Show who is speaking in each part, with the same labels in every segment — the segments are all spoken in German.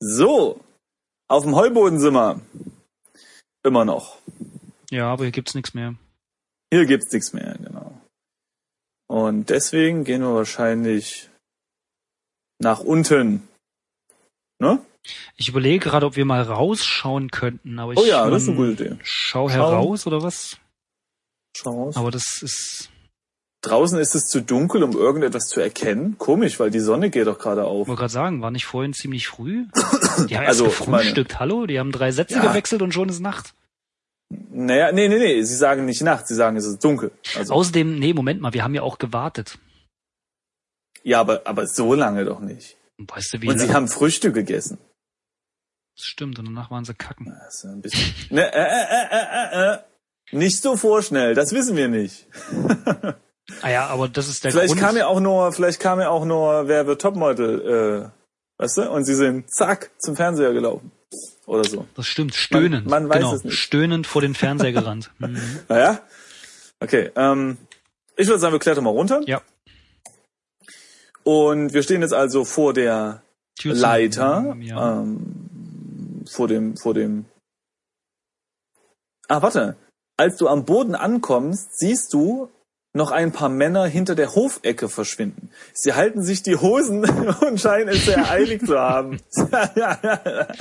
Speaker 1: So, auf dem Heuboden sind wir. Immer noch.
Speaker 2: Ja, aber hier gibt's nichts mehr.
Speaker 1: Hier gibt's nichts mehr, genau. Und deswegen gehen wir wahrscheinlich nach unten. Ne?
Speaker 2: Ich überlege gerade, ob wir mal rausschauen könnten, aber ich
Speaker 1: Oh ja, das ist eine gute Idee.
Speaker 2: schau
Speaker 1: Schauen.
Speaker 2: heraus oder was?
Speaker 1: Schau raus.
Speaker 2: Aber das ist
Speaker 1: Draußen ist es zu dunkel, um irgendetwas zu erkennen. Komisch, weil die Sonne geht doch gerade auf.
Speaker 2: wollte gerade sagen, war nicht vorhin ziemlich früh? Die haben
Speaker 1: Also,
Speaker 2: erst
Speaker 1: ich meine-
Speaker 2: gefrühstückt, hallo? Die haben drei Sätze
Speaker 1: Ja.
Speaker 2: gewechselt und schon ist Nacht.
Speaker 1: Naja, nee, nee, nee, sie sagen nicht Nacht, sie sagen, es ist dunkel. Also,
Speaker 2: Außerdem, nee, Moment mal, wir haben ja auch gewartet.
Speaker 1: ja, aber, aber so lange doch nicht.
Speaker 2: Und weißt du, wie
Speaker 1: Und sie
Speaker 2: lange-
Speaker 1: haben Frühstück gegessen.
Speaker 2: Das stimmt, und danach waren sie kacken.
Speaker 1: Das ist ein bisschen, ne, äh, äh, äh, äh, äh. Nicht so vorschnell, das wissen wir nicht.
Speaker 2: Ah ja, aber das ist der
Speaker 1: vielleicht
Speaker 2: Grund.
Speaker 1: kam ja auch nur, vielleicht kam ja auch nur, wer wird Topmodel, äh, weißt du? Und sie sind zack zum Fernseher gelaufen oder so.
Speaker 2: das stimmt, stöhnend.
Speaker 1: Man- man weiß
Speaker 2: genau,
Speaker 1: es nicht.
Speaker 2: stöhnend vor den Fernseher gerannt. Mhm.
Speaker 1: Naja, okay. Ähm, ich würde sagen, wir klettern mal runter.
Speaker 2: Ja.
Speaker 1: Und wir stehen jetzt also vor der
Speaker 2: Tür zu- Mhm,
Speaker 1: Leiter, Ah.
Speaker 2: Ja.
Speaker 1: ähm, vor dem, vor dem. Ah, warte. Als du am Boden ankommst, siehst du noch ein paar Männer hinter der Hofecke verschwinden. Sie halten sich die Hosen und scheinen es sehr eilig zu haben.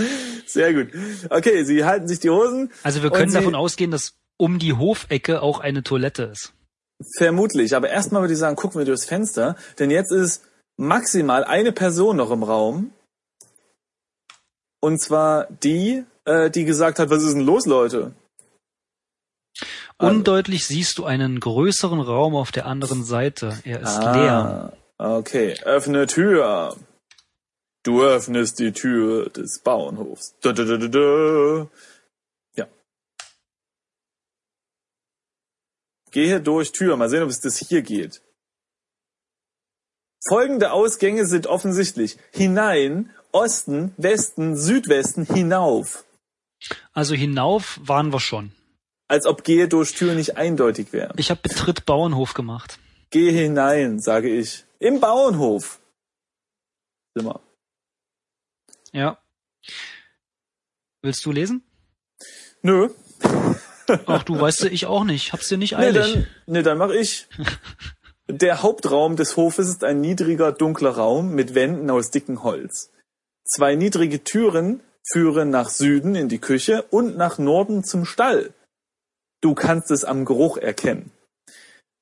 Speaker 1: sehr gut. Okay, sie halten sich die Hosen.
Speaker 2: Also wir
Speaker 1: Und
Speaker 2: können
Speaker 1: sie-
Speaker 2: davon ausgehen, dass um die Hofecke auch eine Toilette ist.
Speaker 1: Vermutlich, aber erstmal würde ich sagen, gucken wir durchs Fenster, denn jetzt ist maximal eine Person noch im Raum. Und zwar die, äh, die gesagt hat, was ist denn los, Leute? Also-
Speaker 2: Undeutlich siehst du einen größeren Raum auf der anderen Seite. Er ist leer.
Speaker 1: Ah, okay, öffne Tür. Du öffnest die Tür des Bauernhofs. Da, da, da, da, da. Ja. Gehe durch Tür. Mal sehen, ob es das hier geht. Folgende Ausgänge sind offensichtlich. Hinein, Osten, Westen, Südwesten, hinauf.
Speaker 2: Also hinauf waren wir schon.
Speaker 1: Als ob gehe durch Tür nicht eindeutig wäre.
Speaker 2: Ich habe Betritt Bauernhof gemacht.
Speaker 1: Gehe hinein, sage ich. Im Bauernhof. Immer.
Speaker 2: Ja. Willst du lesen?
Speaker 1: Nö,
Speaker 2: Ach du, weißt du, ich auch nicht. Hab's dir nicht
Speaker 1: Nee,
Speaker 2: eilig.
Speaker 1: dann, nee, dann mach ich. Der Hauptraum des Hofes ist ein niedriger, dunkler Raum mit Wänden aus dickem Holz. Zwei niedrige Türen führen nach Süden in die Küche und nach Norden zum Stall. Du kannst es am Geruch erkennen.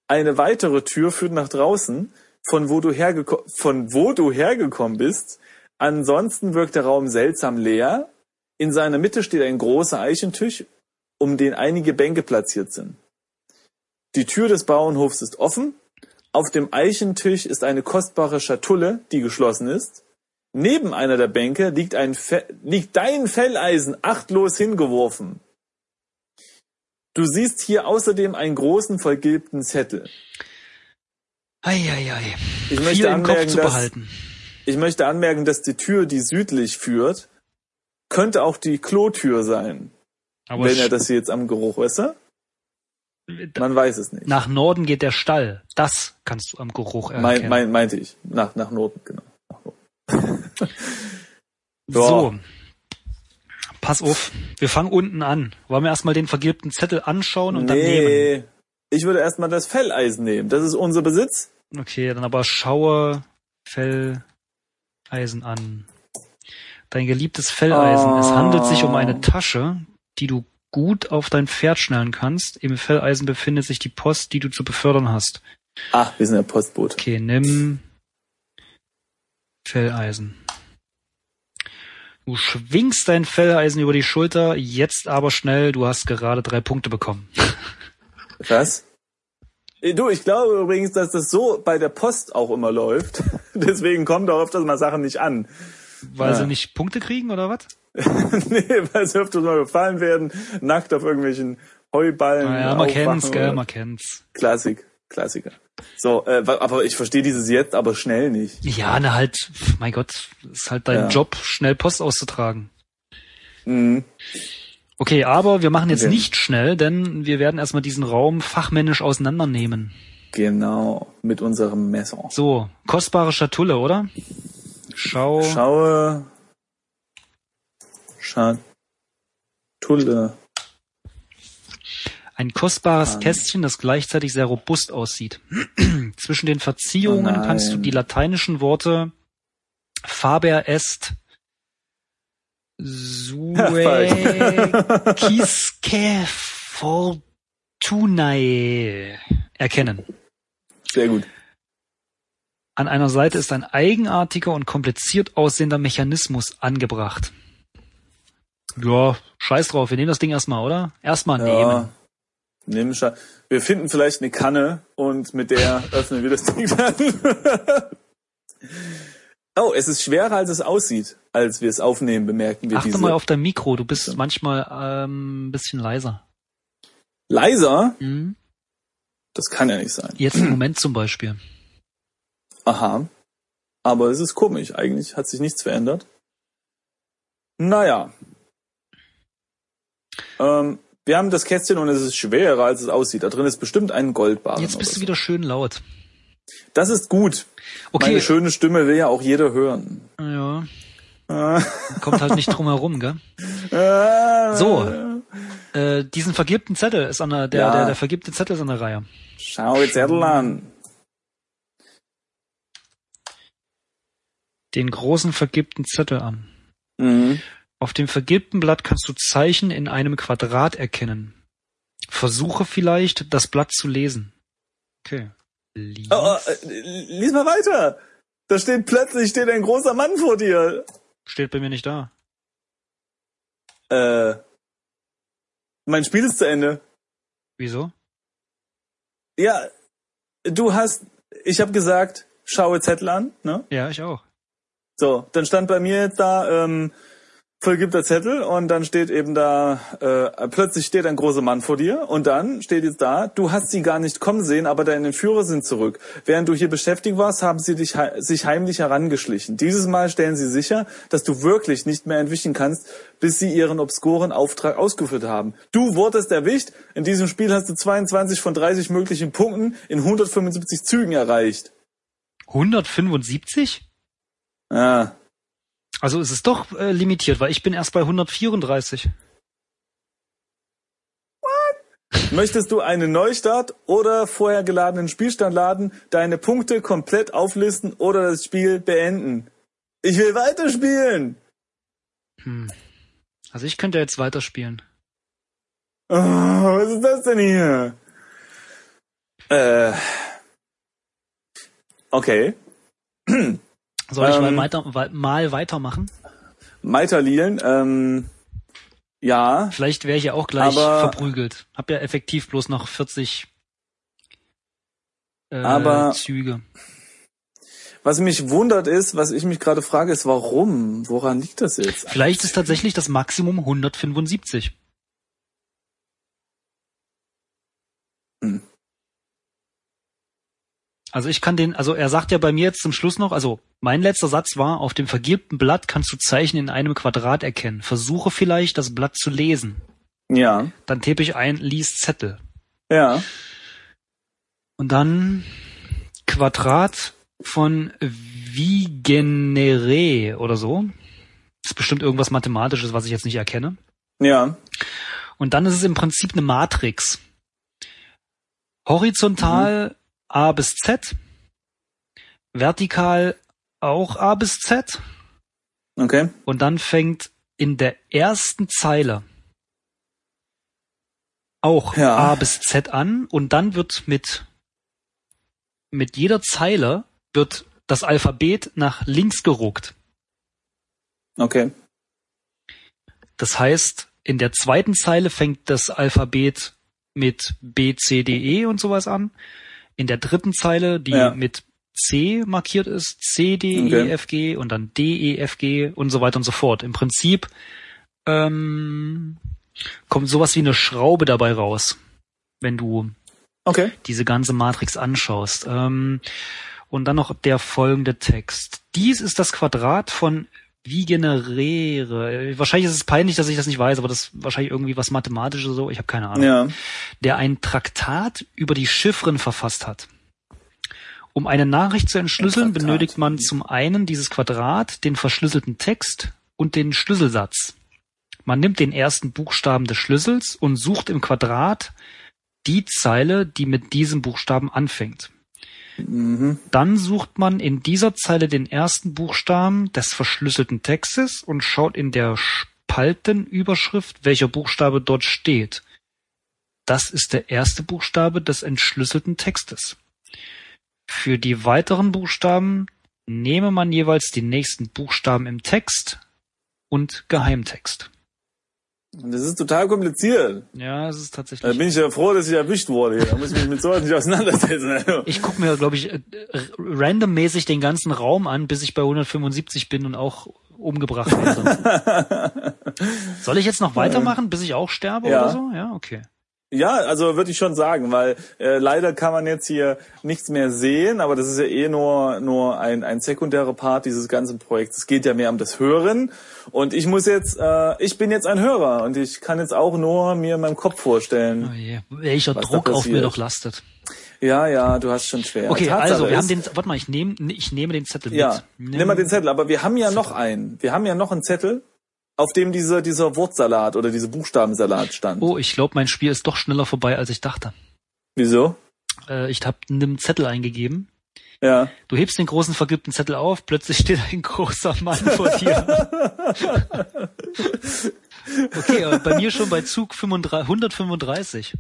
Speaker 1: Eine weitere Tür führt nach draußen, von wo du, hergeko von wo du hergekommen bist. Ansonsten wirkt der Raum seltsam leer. In seiner Mitte steht ein großer Eichentisch, um den einige Bänke platziert sind. Die Tür des Bauernhofs ist offen. Auf dem Eichentisch ist eine kostbare Schatulle, die geschlossen ist. Neben einer der Bänke liegt, ein Fe liegt dein Felleisen achtlos hingeworfen. Du siehst hier außerdem einen großen vergilbten Zettel.
Speaker 2: Eieiei.
Speaker 1: Ich
Speaker 2: Viel
Speaker 1: möchte,
Speaker 2: im Kopf
Speaker 1: anmerken,
Speaker 2: zu
Speaker 1: dass,
Speaker 2: behalten.
Speaker 1: ich möchte anmerken, dass die Tür, die südlich führt, könnte auch die Klotür sein.
Speaker 2: Aber
Speaker 1: wenn er
Speaker 2: sch-
Speaker 1: das jetzt am Geruch, weißt du? Man weiß es nicht.
Speaker 2: nach Norden geht der Stall. Das kannst du am Geruch erkennen.
Speaker 1: Mein, mein, meinte ich. Nach, nach Noten, genau.
Speaker 2: So. Pass auf, wir fangen unten an. Wollen wir erstmal den vergilbten Zettel anschauen und dann nehmen?
Speaker 1: nee. Ich würde erstmal das Felleisen nehmen. Das ist unser Besitz.
Speaker 2: Okay, dann aber schaue Felleisen an. Dein geliebtes Felleisen. Es handelt sich um
Speaker 1: Ah.
Speaker 2: eine Tasche, die du gut auf dein Pferd schnallen kannst. Im Felleisen befindet sich die Post, die du zu befördern hast.
Speaker 1: Ah, wir sind ja Postbote.
Speaker 2: Okay, nimm Felleisen. Du schwingst dein Felleisen über die Schulter, jetzt aber schnell, du hast gerade drei Punkte bekommen.
Speaker 1: Was? Äh, Du, ich glaube übrigens, dass das so bei der Post auch immer läuft. Deswegen kommen doch öfters mal Sachen nicht an.
Speaker 2: Weil
Speaker 1: Ja.
Speaker 2: sie nicht Punkte kriegen oder was?
Speaker 1: nee, weil sie öfters mal gefallen werden, nackt auf irgendwelchen Heuballen.
Speaker 2: Naja, man
Speaker 1: Äh, aufwachen
Speaker 2: kennt's, gell,
Speaker 1: oder-
Speaker 2: man kennt's.
Speaker 1: Klassik, Klassiker. So, äh, wa- aber ich verstehe dieses jetzt aber schnell nicht.
Speaker 2: Ja, na halt, pf, mein Gott, ist halt dein
Speaker 1: Ja.
Speaker 2: Job, schnell Post auszutragen.
Speaker 1: Mhm.
Speaker 2: Okay, aber wir machen jetzt
Speaker 1: Okay.
Speaker 2: nicht schnell, denn wir werden erstmal diesen Raum fachmännisch auseinandernehmen.
Speaker 1: Genau, mit unserem Messer.
Speaker 2: So, kostbare Schatulle, oder? Schau,
Speaker 1: Schaue Schatulle.
Speaker 2: Ein kostbares
Speaker 1: Mann.
Speaker 2: Kästchen, das gleichzeitig sehr robust aussieht. Zwischen den Verziehungen
Speaker 1: Oh nein.
Speaker 2: kannst du die lateinischen Worte Faber est suecisce fortunae erkennen.
Speaker 1: Sehr gut.
Speaker 2: An einer Seite ist ein eigenartiger und kompliziert aussehender Mechanismus angebracht. Ja, scheiß drauf, wir nehmen das Ding erstmal, oder? Erstmal nehmen.
Speaker 1: Ja. Nimm Scha Wir finden vielleicht eine Kanne und mit der öffnen wir das Ding dann. oh, es ist schwerer, als es aussieht, als wir es aufnehmen, bemerken wir
Speaker 2: Achte
Speaker 1: diese.
Speaker 2: mal auf dein Mikro, du bist manchmal ähm, ein bisschen leiser.
Speaker 1: Leiser?
Speaker 2: Mhm.
Speaker 1: Das kann ja nicht sein.
Speaker 2: Jetzt im Moment zum Beispiel.
Speaker 1: Aha. Aber es ist komisch. Eigentlich hat sich nichts verändert. Naja. Ähm, wir haben das Kästchen und es ist schwerer, als es aussieht. Da drin ist bestimmt ein Goldbarren.
Speaker 2: Jetzt bist du
Speaker 1: oder
Speaker 2: wieder schön laut.
Speaker 1: so. Das ist gut. Meine
Speaker 2: Okay,
Speaker 1: schöne Stimme will ja auch jeder hören.
Speaker 2: ja,
Speaker 1: Äh,
Speaker 2: kommt halt nicht drum herum, gell?
Speaker 1: äh,
Speaker 2: So. Äh, diesen vergibten Zettel ist an der, der,
Speaker 1: Ja.
Speaker 2: der, der vergibte Zettel ist an der Reihe.
Speaker 1: Schau jetzt Zettel an.
Speaker 2: Den großen vergibten Zettel an.
Speaker 1: Mhm.
Speaker 2: Auf dem vergilbten Blatt kannst du Zeichen in einem Quadrat erkennen. Versuche vielleicht, das Blatt zu lesen. Okay. Lies.
Speaker 1: Oh, oh, äh, lies mal weiter. Da steht plötzlich steht ein großer Mann vor dir.
Speaker 2: Steht bei mir nicht da.
Speaker 1: Äh, mein Spiel ist zu Ende.
Speaker 2: Wieso?
Speaker 1: Ja, du hast, ich habe gesagt, schaue Zettel an, ne?
Speaker 2: Ja, ich auch.
Speaker 1: So, dann stand bei mir jetzt da, ähm, vergibter Zettel und dann steht eben da, äh, plötzlich steht ein großer Mann vor dir und dann steht jetzt da, du hast sie gar nicht kommen sehen, aber deine Führer sind zurück. Während du hier beschäftigt warst, haben sie dich hei- sich heimlich herangeschlichen. Dieses Mal stellen sie sicher, dass du wirklich nicht mehr entwischen kannst, bis sie ihren obskuren Auftrag ausgeführt haben. Du wurdest erwischt, in diesem Spiel hast du 22 von 30 möglichen Punkten in 175 Zügen erreicht.
Speaker 2: 175?
Speaker 1: Ah.
Speaker 2: Also ist es doch äh, limitiert, weil ich bin erst bei 134.
Speaker 1: Möchtest du einen Neustart oder vorher geladenen Spielstand laden, deine Punkte komplett auflisten oder das Spiel beenden? Ich will weiterspielen!
Speaker 2: Hm. Also ich könnte jetzt weiterspielen.
Speaker 1: Oh, was ist das denn hier? Äh. Okay.
Speaker 2: Soll ich
Speaker 1: Ähm.
Speaker 2: mal, weiter, wei- mal weitermachen?
Speaker 1: Meiterlielen, ähm. Ja,
Speaker 2: Vielleicht wäre ich ja auch gleich
Speaker 1: Aber-
Speaker 2: verprügelt. Hab ja effektiv bloß noch 40 äh,
Speaker 1: Aber-
Speaker 2: Züge.
Speaker 1: was mich wundert ist, was ich mich gerade frage, ist warum? Woran liegt das jetzt?
Speaker 2: Vielleicht ist tatsächlich das Maximum 175.
Speaker 1: Hm.
Speaker 2: Also ich kann den, also er sagt ja bei mir jetzt zum Schluss noch, also mein letzter Satz war, auf dem vergilbten Blatt kannst du Zeichen in einem Quadrat erkennen. Versuche vielleicht, das Blatt zu lesen.
Speaker 1: Ja,
Speaker 2: Dann tippe ich ein, lies Zettel.
Speaker 1: ja.
Speaker 2: Und dann Quadrat von Vigenere oder so. Das ist bestimmt irgendwas Mathematisches, was ich jetzt nicht erkenne.
Speaker 1: Ja,
Speaker 2: Und dann ist es im Prinzip eine Matrix. Horizontal A bis Z, vertikal auch A bis Z
Speaker 1: okay.
Speaker 2: und dann fängt in der ersten Zeile auch
Speaker 1: Ja.
Speaker 2: A bis Z an und dann wird mit mit jeder Zeile wird das Alphabet nach links geruckt.
Speaker 1: Okay.
Speaker 2: Das heißt, in der zweiten Zeile fängt das Alphabet mit B, C, D, E und sowas an. In der dritten Zeile, die
Speaker 1: Ja.
Speaker 2: mit C markiert ist, C, D,
Speaker 1: Okay.
Speaker 2: E, F, G und dann D, E, F, G und so weiter und so fort. Im Prinzip ähm, kommt sowas wie eine Schraube dabei raus, wenn du
Speaker 1: Okay.
Speaker 2: diese ganze Matrix anschaust. Ähm, und dann noch der folgende Text. Dies ist das Quadrat von wie generiere. Wahrscheinlich ist es peinlich, dass ich das nicht weiß, aber das ist wahrscheinlich irgendwie was Mathematisches oder so. Ich habe keine Ahnung.
Speaker 1: Ja.
Speaker 2: Der ein Traktat über die Chiffren verfasst hat. Um eine Nachricht zu entschlüsseln,
Speaker 1: Ein Traktat.
Speaker 2: benötigt man zum einen dieses Quadrat, den verschlüsselten Text und den Schlüsselsatz. Man nimmt den ersten Buchstaben des Schlüssels und sucht im Quadrat die Zeile, die mit diesem Buchstaben anfängt.
Speaker 1: Mhm.
Speaker 2: Dann sucht man in dieser Zeile den ersten Buchstaben des verschlüsselten Textes und schaut in der Spaltenüberschrift, welcher Buchstabe dort steht. Das ist der erste Buchstabe des entschlüsselten Textes. Für die weiteren Buchstaben nehme man jeweils die nächsten Buchstaben im Text und Geheimtext.
Speaker 1: Das ist total kompliziert.
Speaker 2: Ja, es ist tatsächlich.
Speaker 1: Da bin ich ja froh, dass ich erwischt wurde. hier. Da muss ich mich mit sowas nicht auseinandersetzen. Also,
Speaker 2: Ich gucke mir, glaube ich, äh, r- randommäßig den ganzen Raum an, bis ich bei 175 bin und auch umgebracht werde. Soll ich jetzt noch weitermachen, bis ich auch sterbe
Speaker 1: Ja.
Speaker 2: oder so? Ja, okay.
Speaker 1: Ja, also würde ich schon sagen, weil äh, leider kann man jetzt hier nichts mehr sehen, aber das ist ja eh nur, nur ein, ein sekundärer Part dieses ganzen Projekts. Es geht ja mehr um das Hören. Und ich muss jetzt, äh, ich bin jetzt ein Hörer und ich kann jetzt auch nur mir in meinem Kopf
Speaker 2: Oh
Speaker 1: vorstellen.
Speaker 2: je, welcher
Speaker 1: Was da
Speaker 2: Druck auf mir
Speaker 1: passiert.
Speaker 2: doch lastet.
Speaker 1: Ja, ja, du hast schon schwer.
Speaker 2: Okay,
Speaker 1: Tatsache
Speaker 2: also wir haben
Speaker 1: ist-
Speaker 2: den. Warte mal, ich nehme, ich nehme den Zettel
Speaker 1: Ja,
Speaker 2: mit.
Speaker 1: nimm mal den Zettel, aber wir haben ja noch einen. Wir haben ja noch einen Zettel, auf dem dieser, dieser Wortsalat oder diese Buchstabensalat stand.
Speaker 2: Oh, ich glaube, mein Spiel ist doch schneller vorbei, als ich dachte.
Speaker 1: Wieso?
Speaker 2: Äh, ich habe einen Zettel eingegeben.
Speaker 1: Ja.
Speaker 2: Du hebst den großen vergilbten Zettel auf, plötzlich steht ein großer Mann vor dir. okay, aber bei mir schon bei Zug 35, 135.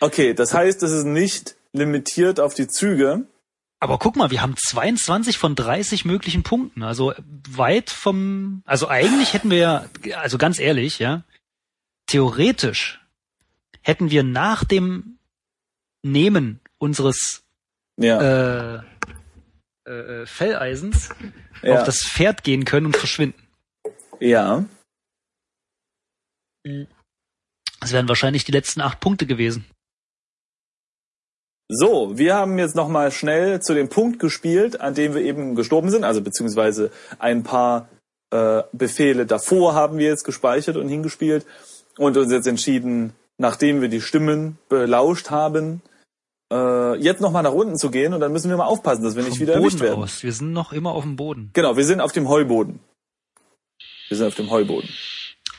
Speaker 1: Okay, das heißt, das ist nicht limitiert auf die Züge.
Speaker 2: Aber guck mal, wir haben 22 von 30 möglichen Punkten. Also weit vom, also eigentlich hätten wir ja, also ganz ehrlich, ja, theoretisch hätten wir nach dem Nehmen unseres
Speaker 1: Ja.
Speaker 2: äh, äh, äh, Felleisens
Speaker 1: ja.
Speaker 2: auf das Pferd gehen können und verschwinden.
Speaker 1: ja.
Speaker 2: Das wären wahrscheinlich die letzten acht Punkte gewesen.
Speaker 1: So, wir haben jetzt nochmal schnell zu dem Punkt gespielt, an dem wir eben gestorben sind, also beziehungsweise ein paar äh, Befehle davor haben wir jetzt gespeichert und hingespielt und uns jetzt entschieden, nachdem wir die Stimmen belauscht haben, äh, jetzt nochmal nach unten zu gehen und dann müssen wir mal aufpassen, dass wir nicht
Speaker 2: Vom
Speaker 1: wieder erwischt
Speaker 2: Boden
Speaker 1: werden.
Speaker 2: aus. Wir sind noch immer auf dem Boden.
Speaker 1: Genau, wir sind auf dem Heuboden. Wir sind auf dem Heuboden.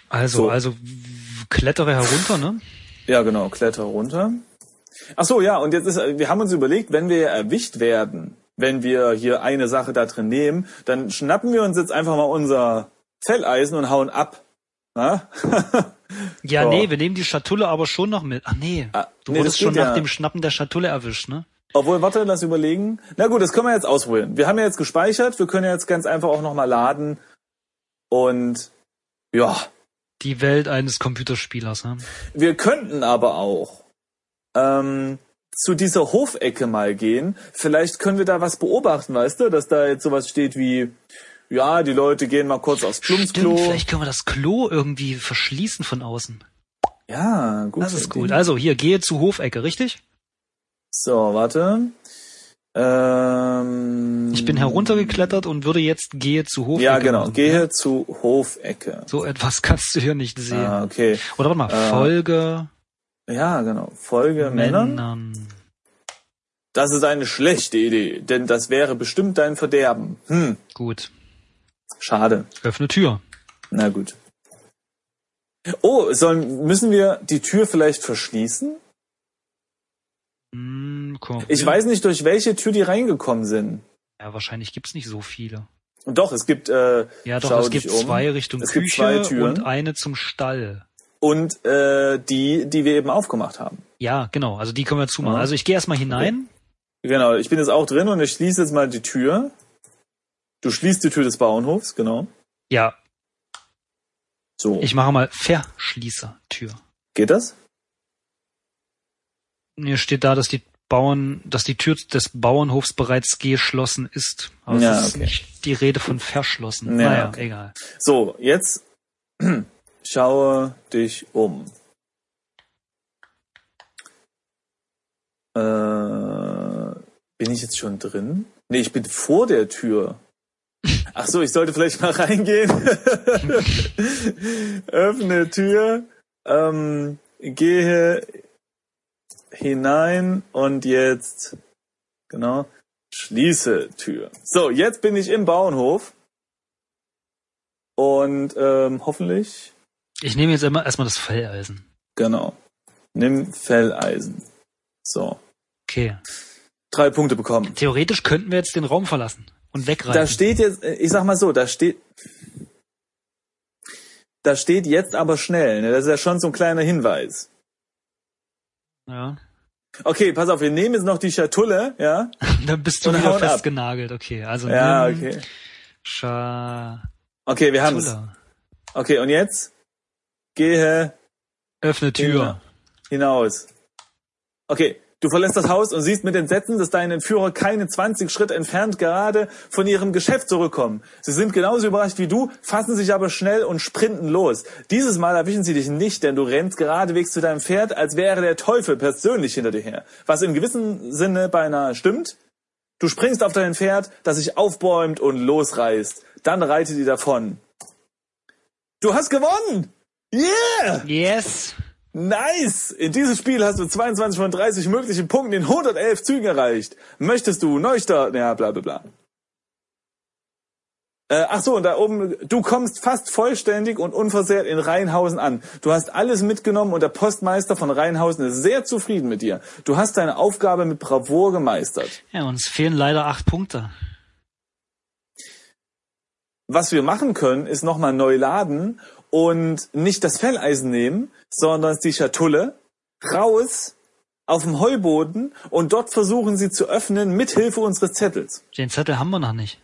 Speaker 2: Also,
Speaker 1: So.
Speaker 2: also w- klettere herunter, ne?
Speaker 1: Ja, genau, kletter runter. Ach so, ja, und jetzt ist, äh, wir haben uns überlegt, wenn wir erwischt werden, wenn wir hier eine Sache da drin nehmen, dann schnappen wir uns jetzt einfach mal unser Felleisen und hauen ab. Na?
Speaker 2: Ja,
Speaker 1: Ja.
Speaker 2: nee, wir nehmen die Schatulle aber schon noch mit. Ach nee,
Speaker 1: Ah,
Speaker 2: du
Speaker 1: nee, das
Speaker 2: wurdest schon
Speaker 1: geht
Speaker 2: nach
Speaker 1: ja.
Speaker 2: dem Schnappen der Schatulle erwischt, ne?
Speaker 1: Obwohl, warte, lass überlegen. Na gut, das können wir jetzt ausprobieren. Wir haben ja jetzt gespeichert, wir können ja jetzt ganz einfach auch nochmal laden. Und ja,
Speaker 2: Die Welt eines Computerspielers, ne?
Speaker 1: Wir könnten aber auch ähm, zu dieser Hofecke mal gehen. Vielleicht können wir da was beobachten, weißt du, dass da jetzt sowas steht wie, ja, die Leute gehen mal kurz aufs
Speaker 2: Stimmt,
Speaker 1: Plumpsklo.
Speaker 2: vielleicht können wir das Klo irgendwie verschließen von außen.
Speaker 1: Ja, gut.
Speaker 2: Das ist gut. Also hier, gehe zu Hofecke, richtig?
Speaker 1: So, warte. Ähm,
Speaker 2: Ich bin heruntergeklettert und würde jetzt gehe zu Hofecke.
Speaker 1: Ja, genau.
Speaker 2: machen.
Speaker 1: Gehe zu Hofecke.
Speaker 2: So etwas kannst du hier nicht sehen.
Speaker 1: Ah, okay.
Speaker 2: Oder warte mal,
Speaker 1: Äh,
Speaker 2: Folge
Speaker 1: Ja, genau. Folge Männern.
Speaker 2: Männern.
Speaker 1: Das ist eine schlechte Idee, denn das wäre bestimmt dein Verderben. Hm,
Speaker 2: Gut.
Speaker 1: schade.
Speaker 2: Öffne Tür.
Speaker 1: Na gut. Oh, sollen, müssen wir die Tür vielleicht verschließen?
Speaker 2: Hm, komm.
Speaker 1: Ich weiß nicht, durch welche Tür die reingekommen sind.
Speaker 2: Ja, wahrscheinlich gibt's nicht so viele.
Speaker 1: Und doch, es gibt äh,
Speaker 2: Ja, doch,
Speaker 1: Schau
Speaker 2: es gibt
Speaker 1: dich um.
Speaker 2: zwei Richtung
Speaker 1: Es gibt
Speaker 2: Küche
Speaker 1: zwei Türen.
Speaker 2: und eine zum Stall.
Speaker 1: und äh, die, die wir eben aufgemacht haben.
Speaker 2: Ja, genau. Also die können wir zumachen.
Speaker 1: Ja.
Speaker 2: Also ich gehe erstmal hinein.
Speaker 1: Genau, ich bin jetzt auch drin und ich schließe jetzt mal die Tür. Du schließt die Tür des Bauernhofs, genau.
Speaker 2: Ja,
Speaker 1: So,
Speaker 2: ich mache mal Verschließertür.
Speaker 1: geht das?
Speaker 2: Mir steht da, dass die Bauern, dass die Tür des Bauernhofs bereits geschlossen ist. Aber
Speaker 1: Ja,
Speaker 2: es ist
Speaker 1: okay.
Speaker 2: nicht die Rede von verschlossen.
Speaker 1: Ja,
Speaker 2: naja,
Speaker 1: okay.
Speaker 2: egal.
Speaker 1: So, jetzt schaue dich um. Äh, bin ich jetzt schon drin? Nee, ich bin vor der Tür. Ach so, ich sollte vielleicht mal reingehen. Öffne Tür, ähm, gehe hinein und jetzt, genau, schließe Tür. So, jetzt bin ich im Bauernhof und ähm, hoffentlich
Speaker 2: Ich nehme jetzt immer erstmal das Felleisen.
Speaker 1: Genau. Nimm Felleisen. So.
Speaker 2: Okay.
Speaker 1: Drei Punkte bekommen.
Speaker 2: Theoretisch könnten wir jetzt den Raum verlassen und wegreisen.
Speaker 1: Da steht jetzt, ich sag mal so, da steht, da steht jetzt aber schnell. Ne? Das ist ja schon so ein kleiner Hinweis.
Speaker 2: Ja.
Speaker 1: Okay, pass auf, wir nehmen jetzt noch die Schatulle, ja?
Speaker 2: Dann bist du
Speaker 1: Und
Speaker 2: wieder
Speaker 1: hauen ab.
Speaker 2: festgenagelt. Okay, also
Speaker 1: Ja,
Speaker 2: nimm
Speaker 1: okay.
Speaker 2: Schatulla.
Speaker 1: Okay, wir haben's. Okay, und jetzt gehe
Speaker 2: Öffne Tür.
Speaker 1: Ja. hinaus. Okay, du verlässt das Haus und siehst mit Entsetzen, dass deine Entführer keine 20 Schritt entfernt gerade von ihrem Geschäft zurückkommen. Sie sind genauso überrascht wie du, fassen sich aber schnell und sprinten los. Dieses Mal erwischen sie dich nicht, denn du rennst geradewegs zu deinem Pferd, als wäre der Teufel persönlich hinter dir her. Was im gewissen Sinne beinahe stimmt. Du springst auf dein Pferd, das sich aufbäumt und losreißt. Dann reitet ihr davon. Du hast gewonnen! Yeah!
Speaker 2: Yes.
Speaker 1: Nice! In diesem Spiel hast du 22 von 30 möglichen Punkten in 111 Zügen erreicht. Möchtest du Neustart? Ja, bla bla bla. Äh, ach so, und da oben, du kommst fast vollständig und unversehrt in Rheinhausen an. Du hast alles mitgenommen und der Postmeister von Rheinhausen ist sehr zufrieden mit dir. Du hast deine Aufgabe mit Bravour gemeistert.
Speaker 2: Ja, uns fehlen leider acht Punkte.
Speaker 1: Was wir machen können, ist nochmal neu laden und nicht das Felleisen nehmen, sondern die Schatulle raus auf dem Heuboden und dort versuchen sie zu öffnen mit Hilfe unseres Zettels.
Speaker 2: Den Zettel haben wir noch nicht.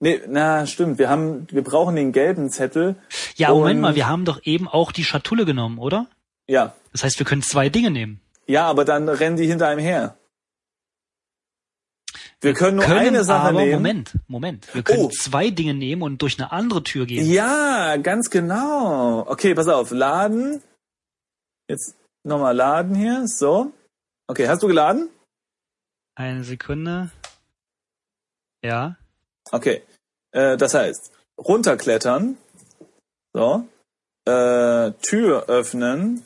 Speaker 1: Nee, na, stimmt, wir haben, wir brauchen den gelben Zettel.
Speaker 2: Ja, Moment
Speaker 1: Und-
Speaker 2: mal, wir haben doch eben auch die Schatulle genommen, oder?
Speaker 1: Ja.
Speaker 2: Das heißt, wir können zwei Dinge nehmen.
Speaker 1: Ja, aber dann rennen die hinter einem her. Wir können nur
Speaker 2: können
Speaker 1: eine Sache
Speaker 2: aber,
Speaker 1: nehmen.
Speaker 2: Moment, Moment. Wir können
Speaker 1: Oh.
Speaker 2: zwei Dinge nehmen und durch eine andere Tür gehen.
Speaker 1: Ja, ganz genau. Okay, pass auf. Laden. Jetzt nochmal laden hier. So. Okay, hast du geladen?
Speaker 2: Eine Sekunde. Ja.
Speaker 1: Okay. Äh, das heißt, runterklettern. So. Äh, Tür öffnen.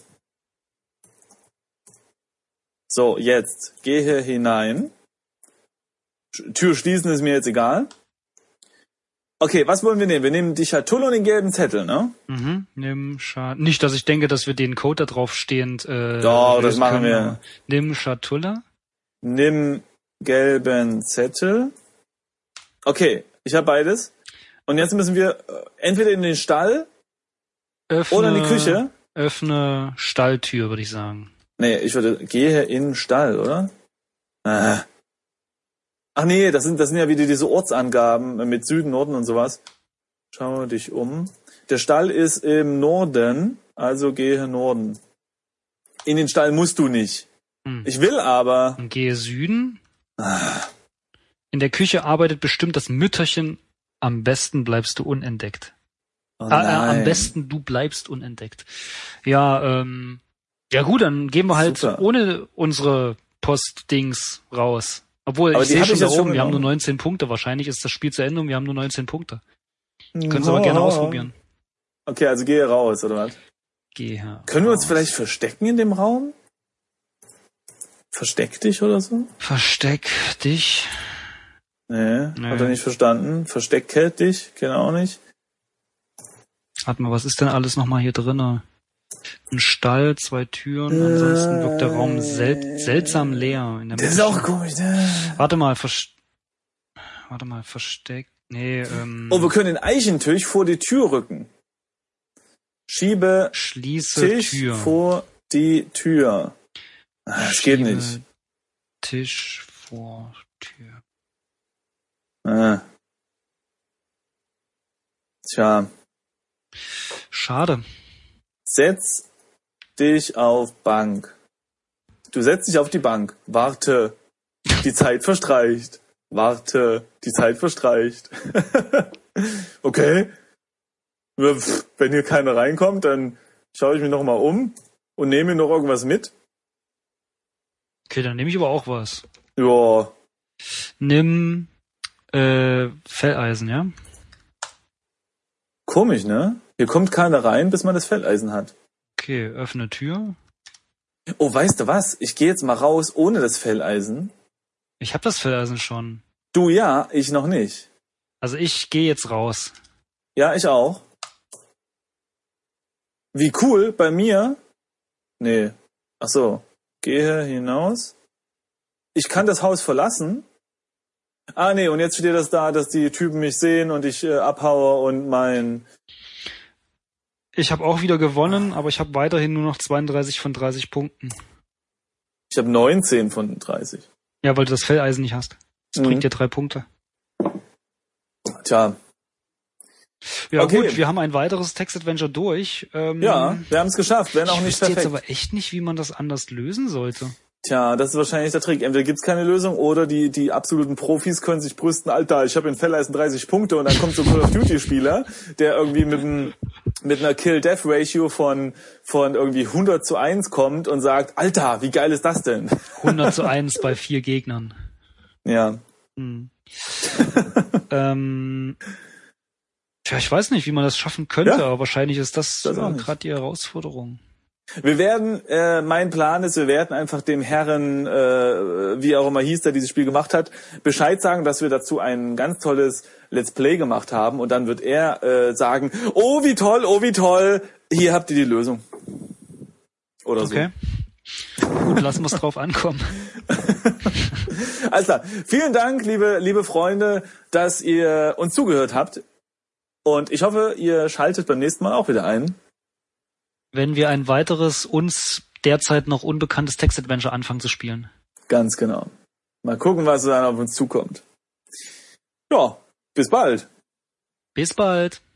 Speaker 1: So, jetzt gehe hinein. Sch- Tür schließen ist mir jetzt egal. Okay, was wollen wir nehmen? Wir nehmen die Schatulle und den gelben Zettel, ne?
Speaker 2: Mhm. Nimm Schatulle. Nicht, dass ich denke, dass wir den Code da drauf stehend. Äh,
Speaker 1: Doch, das
Speaker 2: lösen
Speaker 1: machen
Speaker 2: können,
Speaker 1: wir.
Speaker 2: aber Nimm Schatulle.
Speaker 1: Nimm gelben Zettel. Okay, ich habe beides. Und jetzt müssen wir äh, entweder in den Stall
Speaker 2: Öffne,
Speaker 1: oder in die Küche.
Speaker 2: Öffne Stalltür, würde ich sagen.
Speaker 1: Nee, ich würde gehe in den Stall, oder? Äh. Ach nee, das sind das sind ja wieder diese Ortsangaben mit Süden, Norden und sowas. Schau dich um. Der Stall ist im Norden, also gehe Norden. In den Stall musst du nicht.
Speaker 2: Hm.
Speaker 1: Ich will aber.
Speaker 2: Und gehe Süden. Ah, In der Küche arbeitet bestimmt das Mütterchen. Am besten bleibst du unentdeckt.
Speaker 1: Oh
Speaker 2: Ah, ah, am
Speaker 1: nein.
Speaker 2: besten du bleibst unentdeckt. Ja, ähm, ja gut, dann gehen wir halt
Speaker 1: Super.
Speaker 2: ohne unsere Postdings raus. Obwohl,
Speaker 1: Aber
Speaker 2: ich
Speaker 1: die
Speaker 2: sehe
Speaker 1: hab
Speaker 2: schon
Speaker 1: ich
Speaker 2: da
Speaker 1: jetzt schon
Speaker 2: oben, wir haben nur
Speaker 1: genommen.
Speaker 2: 19 Punkte. Wahrscheinlich ist das Spiel zu Ende und wir haben nur 19 Punkte.
Speaker 1: Hm.
Speaker 2: Können Sie aber
Speaker 1: Oh.
Speaker 2: gerne ausprobieren.
Speaker 1: Okay, also gehe raus, oder was?
Speaker 2: Geh her.
Speaker 1: Können wir uns
Speaker 2: raus.
Speaker 1: vielleicht verstecken in dem Raum? Versteck dich oder so?
Speaker 2: Versteck dich.
Speaker 1: Nee,
Speaker 2: Nee.
Speaker 1: hat er nicht verstanden. Verstecke dich, kenne auch nicht.
Speaker 2: Warte mal, was ist denn alles nochmal hier drinne? Ein Stall, zwei Türen, ansonsten wirkt der Raum sel seltsam leer. In der
Speaker 1: Das ist
Speaker 2: Mitte
Speaker 1: auch komisch, ne?
Speaker 2: Warte mal, verst Warte mal, versteckt. Nee, ähm,
Speaker 1: Oh, wir können den Eichentisch vor die Tür rücken. Schiebe
Speaker 2: schließe
Speaker 1: Tisch
Speaker 2: Tür.
Speaker 1: vor die Tür. Ah, Das geht
Speaker 2: Schiebe
Speaker 1: nicht.
Speaker 2: Tisch vor Tür.
Speaker 1: Ah. Tja.
Speaker 2: Schade.
Speaker 1: Setz dich auf Bank. Du setzt dich auf die Bank. Warte. Die Zeit verstreicht. Warte. Die Zeit verstreicht. okay. Ja, pf, Wenn hier keiner reinkommt, dann schaue ich mich nochmal um und nehme noch irgendwas mit.
Speaker 2: Okay, dann nehme ich aber auch was.
Speaker 1: Ja.
Speaker 2: Nimm äh, Felleisen, ja?
Speaker 1: Komisch, ne? Hier kommt keiner rein, bis man das Felleisen hat.
Speaker 2: Okay, öffne Tür.
Speaker 1: Oh, weißt du was? Ich gehe jetzt mal raus ohne das Felleisen.
Speaker 2: Ich habe das Felleisen schon.
Speaker 1: Du ja, ich noch nicht.
Speaker 2: Also ich gehe jetzt raus.
Speaker 1: Ja, ich auch. Wie cool, bei mir. Nee. Ach so. Gehe hinaus. Ich kann das Haus verlassen. Ah nee, und jetzt steht das da, dass die Typen mich sehen und ich äh, abhaue und mein
Speaker 2: Ich habe auch wieder gewonnen, aber ich habe weiterhin nur noch 32 von 30 Punkten.
Speaker 1: ich habe 19 von 30.
Speaker 2: Ja, weil du das Felleisen nicht hast. Das
Speaker 1: Mhm.
Speaker 2: bringt dir drei Punkte.
Speaker 1: Tja,
Speaker 2: Ja
Speaker 1: Okay.
Speaker 2: gut, wir haben ein weiteres Text-Adventure durch. Ähm,
Speaker 1: ja, wir haben es geschafft, wenn auch
Speaker 2: ich
Speaker 1: nicht
Speaker 2: wüsste jetzt
Speaker 1: perfekt.
Speaker 2: aber echt nicht, wie man das anders lösen sollte.
Speaker 1: Tja, das ist wahrscheinlich der Trick. Entweder gibt's keine Lösung oder die, die absoluten Profis können sich brüsten, Alter, ich habe in Felleisen 30 Punkte und dann kommt so ein Call of Duty Spieler, der irgendwie mit, einem, mit einer Kill-Death-Ratio von, von irgendwie 100 zu 1 kommt und sagt, Alter, wie geil ist das denn?
Speaker 2: 100 zu 1 bei vier Gegnern.
Speaker 1: Ja,
Speaker 2: Hm. ähm, tja, ich weiß nicht, wie man das schaffen könnte,
Speaker 1: Ja.
Speaker 2: aber wahrscheinlich ist das,
Speaker 1: Das auch
Speaker 2: äh,
Speaker 1: nicht.
Speaker 2: gerade die Herausforderung.
Speaker 1: Wir werden, äh, mein Plan ist, wir werden einfach dem Herren, äh, wie auch immer hieß, der dieses Spiel gemacht hat, Bescheid sagen, dass wir dazu ein ganz tolles Let's Play gemacht haben und dann wird er äh, sagen, oh wie toll, oh wie toll, hier habt ihr die Lösung. Oder
Speaker 2: Okay. Gut, lassen wir es drauf ankommen.
Speaker 1: so. Alles klar. Vielen Dank, liebe, liebe Freunde, dass ihr uns zugehört habt. Und ich hoffe, ihr schaltet beim nächsten Mal auch wieder ein.
Speaker 2: Wenn wir ein weiteres, uns derzeit noch unbekanntes Text-Adventure anfangen zu spielen.
Speaker 1: Ganz genau. Mal gucken, was dann auf uns zukommt. Ja, bis bald.
Speaker 2: Bis bald!